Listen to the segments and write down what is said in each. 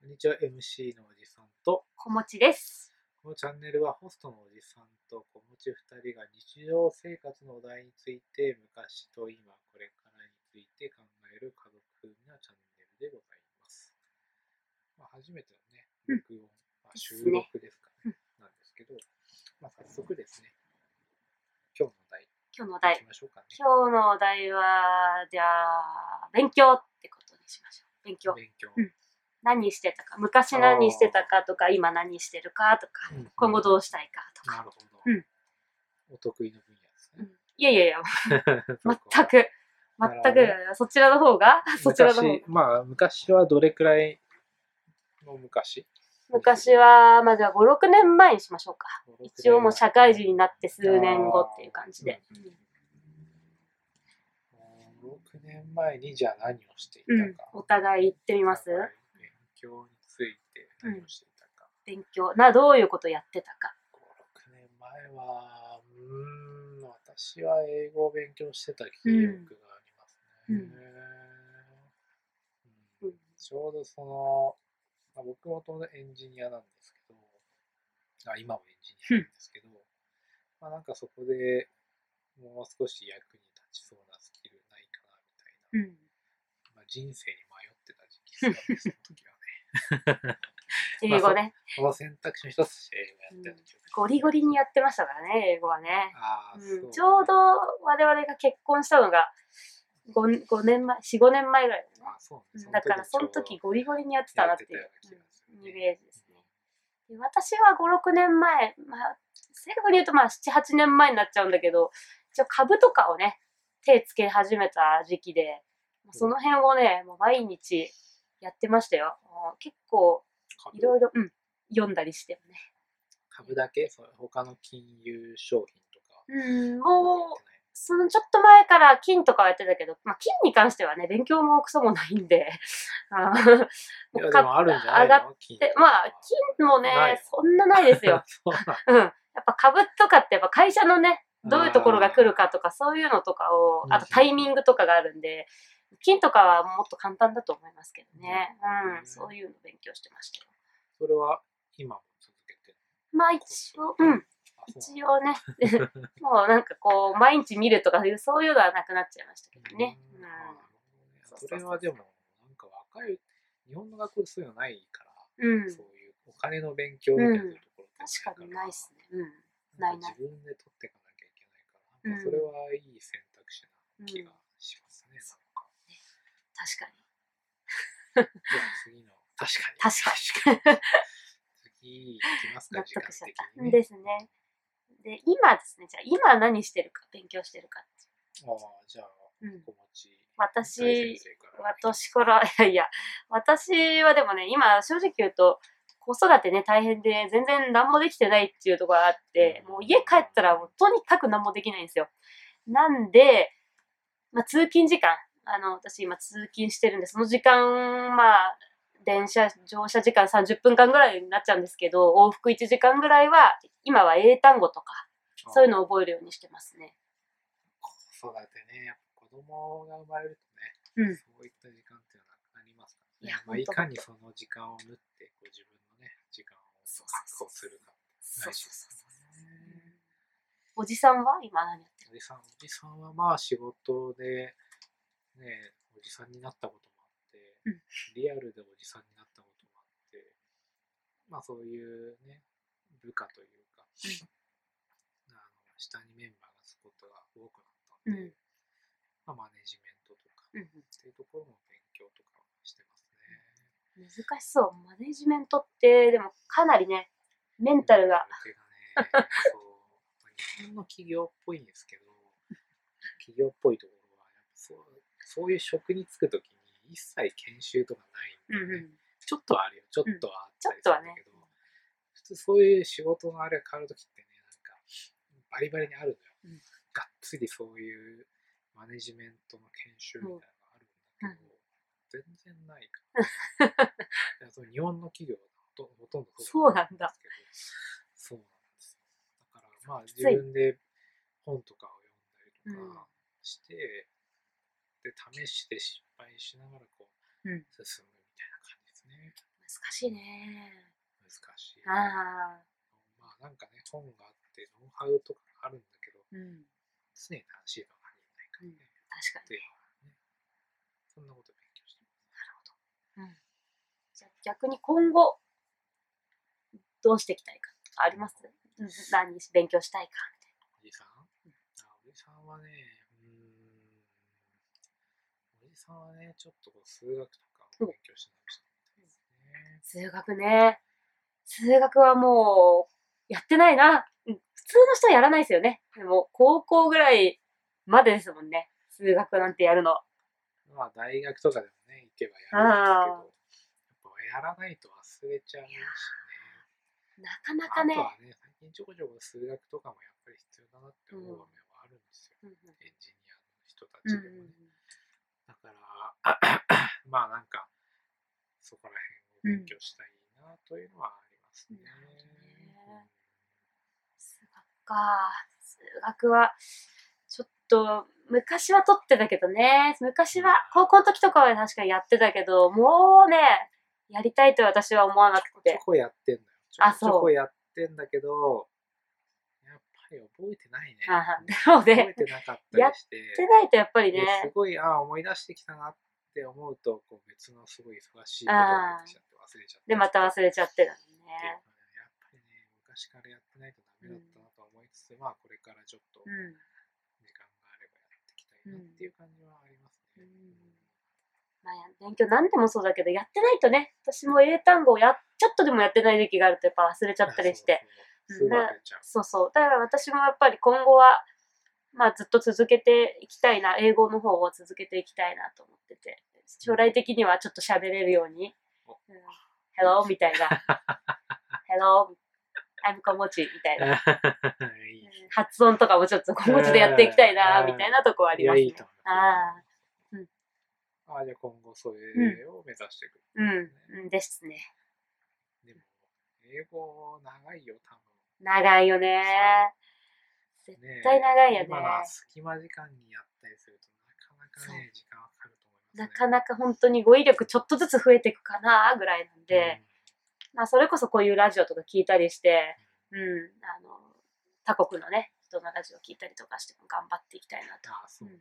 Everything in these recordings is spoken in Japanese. こんにちは、MC のおじさんと、小持ちです。このチャンネルはホストのおじさんと子持ち2人が日常生活のお題について、昔と今、これからについて考える家族風なチャンネルでございます。まあ、初めてのね、う録ん音、まあ、です収ね録ですかね、なんですけど、まあ、早速ですね、今日のお題、今日のおいき題。ましょうかね。今日のお題は、じゃあ、勉強ってことにしましょう。勉強。勉強。うん何してたか、昔何してたかとか、今何してるかとか、今後どううしたいかとなか。るほど。うんお得意の分野ですうね。んいやいやいや、そこ全く、全なるく、そちらの方が、 そちらの方が昔。まあ昔はどれくらいの昔昔は、まあじゃあ5、6年前にしましょうか。一応もう社会人になって数年後っていう感じで。うん6年前にじゃあ何をしていたか、お互い言ってみいます勉強について何をしていたか、勉強。な、どういうことやってたか。 56年前はうーん私は英語を勉強してた記憶がありますね、うんうんうんちょうどその、まあ、僕もともとエンジニアなんですけどあ今もエンジニアなんですけど、まあなんかそこでもう少し役に立ちそうなスキルないかなみたいな、うん。まあ、人生に迷ってた時期ですよねその時は ね英語ね。その選択肢の一つとして英語やってた時、ゴリゴリにやってましたからね、英語はね。ああ、うんそちょうど我々が結婚したのが 5, 5年前45年前ぐらいだよあそうねねだからその時ゴリゴリにやってたなっていやうってたような気がするうんねイメージですねで私は56年前、まあ、正確に言うとまあ78年前になっちゃうんだけど一応株とかをね手つけ始めた時期でその辺をねもう毎日やってましたよもう結構いろろいろ、うん、読んだりしてもね株だけそう他の金融商品とかうんはもうやってないそのちょっと前から金とかはやってたけど、まあ、金に関してはね、勉強もクソもないんで、 あーもういやで買もあるんじゃないの上がっ金て、ま あ、金もないよ。ね、そんなないです よそうなんだうん。やっぱ株とかって、やっぱ会社のね、どういうところが来るかとか、そういうのとかをう、んあとタイミングとかがあるんで、金とかはもっと簡単だと思いますけどね。ううんん。そういうの勉強してましたよ。それは今も続けてるまあ一応、うん。あそう一 応ね、もうなんかこう、毎日見るとかいう、そういうのはなくなっちゃいましたけどね。ううんんあ。なるほどねそれはでもなんか若い日本の学校でそういうのないから、うん。そういうお金の勉強みたいなところって確かにないっすね。うん。なんなかいない自分で取っていかなきゃいけないからなんかうそんれはいい選択肢うんな気がしますね、なんか確かに。じゃあ次の、確かに。確確かかに。 次、いきますか、納時間得しちゃっ的た。に、ね。ですね。で、今ですね。じゃあ、今何してるか、勉強してるかってああ、じゃあ、いう。うん。小持ち。大先、私生から私から、 いやいや、私はでもね、今、正直言うと、子育てね、大変で、全然何もできてないっていうところがあって、もう家帰ったら、もうとにかく何もできないんですよ。なんで、まあ、通勤時間、あの、私今通勤してるんで、その時間、まあ、電車、乗車時間30分間ぐらいになっちゃうんですけど、往復1時間ぐらいは、今は英単語とか、そういうのを覚えるようにしてますね。子育てね、やっぱ子供が生まれるとね、うんそういった時間っていうのはなくなりますからね。いやまあ、ほんいとかにその時間を縫って、こう自分のね、時間をそう確そうそう保するか。そうそうそうそうねおじさんは今何やってるおじさん、おじさんはまあ仕事で、ね、おじさんになったこともあって、うんリアルでおじさんになったこともあって、まあそういうね、部下というか、あの下にメンバーがつくことが多くなったんで、うんまあ、マネジメントとかうんうんっていうところも勉強とかしてますね。難しそう。マネジメントって、でもかなりね、メンタルが。手がねそう日本の企業っぽいんですけど企業っぽいところはやっぱそうそういう職に就くときに一切研修とかないんで、ねちょっとはあるよちょっとはあったりするんだけど、うんちょっ普通そうとはねいう仕事のあれが変わるときってねなんかバリバリにあるのよ、うんがっつりそういうマネジメントの研修みたいなのがあるんだけど、全然ないから、いやそう日本の企業はほとほとんどですけどそうなんですよだからまあきつ自い分で本とかを読んだりとうんかして、で試して失敗しながらこううん進むみたいな感じですね、しいね。難しい。ああ。まあなんかね、本があって、ノウハウとかがあるんだけど、うん。常に正しいのがありえないからね。確かに。テーマはね。そんなこと勉強してます。じゃあ逆に今後、どうしていきたいか。ありますうん何勉強したいか。おじさんあおじさんはね、うーん。おじさんはね、ちょっとこう数学とかを勉強しなくちゃいけないですね。数学ね。数学はもう、やってないな。うん普通の人はやらないですよね。でも、高校ぐらいまでですもんね。数学なんてやるの。まあ大学とかでもね、行けばやるんですけど、やっぱやらないと忘れちゃうしね。なかなかねあと。はね、最近ちょこちょこ数学とかもやっぱり必要だなって思う場面はあるんですよ。うんエンジニアの人たうちんでもね。だから、まあなんか、そこら辺を勉強したいなというのはありますね。なるほどうんね数学か。数学は、ちょっと、昔は取ってたけどね。昔は、高校の時とかは確かにやってたけど、もうね、やりたいとは私は思わなくちょて。こやってんのよ。ちょあこちょこやってんだけど、やっぱり覚えてないね。あーなるほどね覚えてなかったりして。やってないとやっぱりでねす。ごい、ああ、思い出してきたなって思うと、こう別のすごい忙しいことが出てきちゃって忘れちゃって。で、また忘れちゃってるのっていうのねは。ねやっぱりね、昔からやってないとダメだったなと思いつつ、まあこれからちょっと時う間がん。あればやっていきたいなっていう感じはありますね。まあ、勉強何でもそうだけど、やってないとね、私も英単語をやっちょっとでもやってない時期があるとやっぱ忘れちゃったりして。そうそう。すぐ忘れちゃう。そうそう。だから私もやっぱり今後は、まあずっと続けていきたいな、英語の方を続けていきたいなと思ってて、将来的にはちょっと喋れるように、おうん、Hello みたいな、Hello, I'm コモチみたいな、い いうん発音とかもちょっと今後ちょっとやっていきたいな、みたいなとこはあります、ね。いやいいと思いますああ、ああ、じゃあ今後それを目指していく。うん、うんですね。でも、英語長いよ、多長いよね。分。ね、絶対長いよね今の隙間時間にやったりすると、なかなかね、時間はかかると思います、ね。なかなか本当に語彙力ちょっとずつ増えていくかなぐらいなんで、まあそれこそこういうラジオとか聞いたりして、うん、あの、他国のね、人のラジオ聞いたりとかしても頑張っていきたいなと。ああ、そうね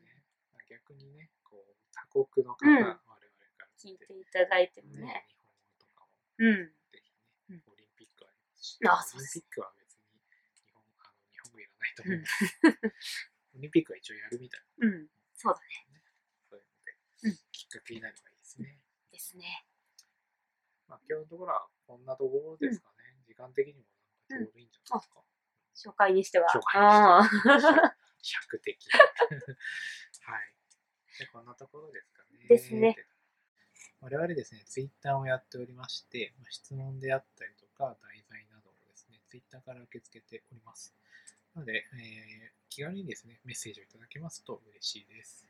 うん。逆にね、こう、他国の方、うん我々から聞いてね、いただいても日本ね。語とかもうん。ぜひうねん、オリンピックはありますし、あそうオでリンピすックは別に日本あの日本語いらないと思うんですけ ど、オリンピックは一応やるみたいな、うん。そうだね。そういううのんで、きっかけになればいいですね。ですね。まあ、今日のところはこんなところですかね。時間的にもなんかちょうどいいんじゃないですか。紹介にしては。紹あ介にして は尺的に。はい。で、こんなところですかね。ですね。我々ですね、ツイッターをやっておりまして、まあ質問であったりとか、題材などをですね、ツイッターから受け付けております。なので、えー気軽にですね、メッセージをいただけますと嬉しいです。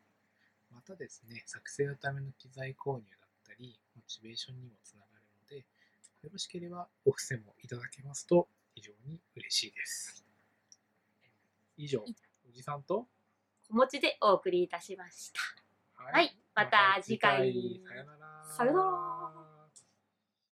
またですね、作成のための機材購入だったり、モチベーションにもつながるので、よろしければお布施もいただけますと非常に嬉しいです。以上、おじさんと、ー小持ちでお送りいたしました。ははいまた次回さよなら。さよなら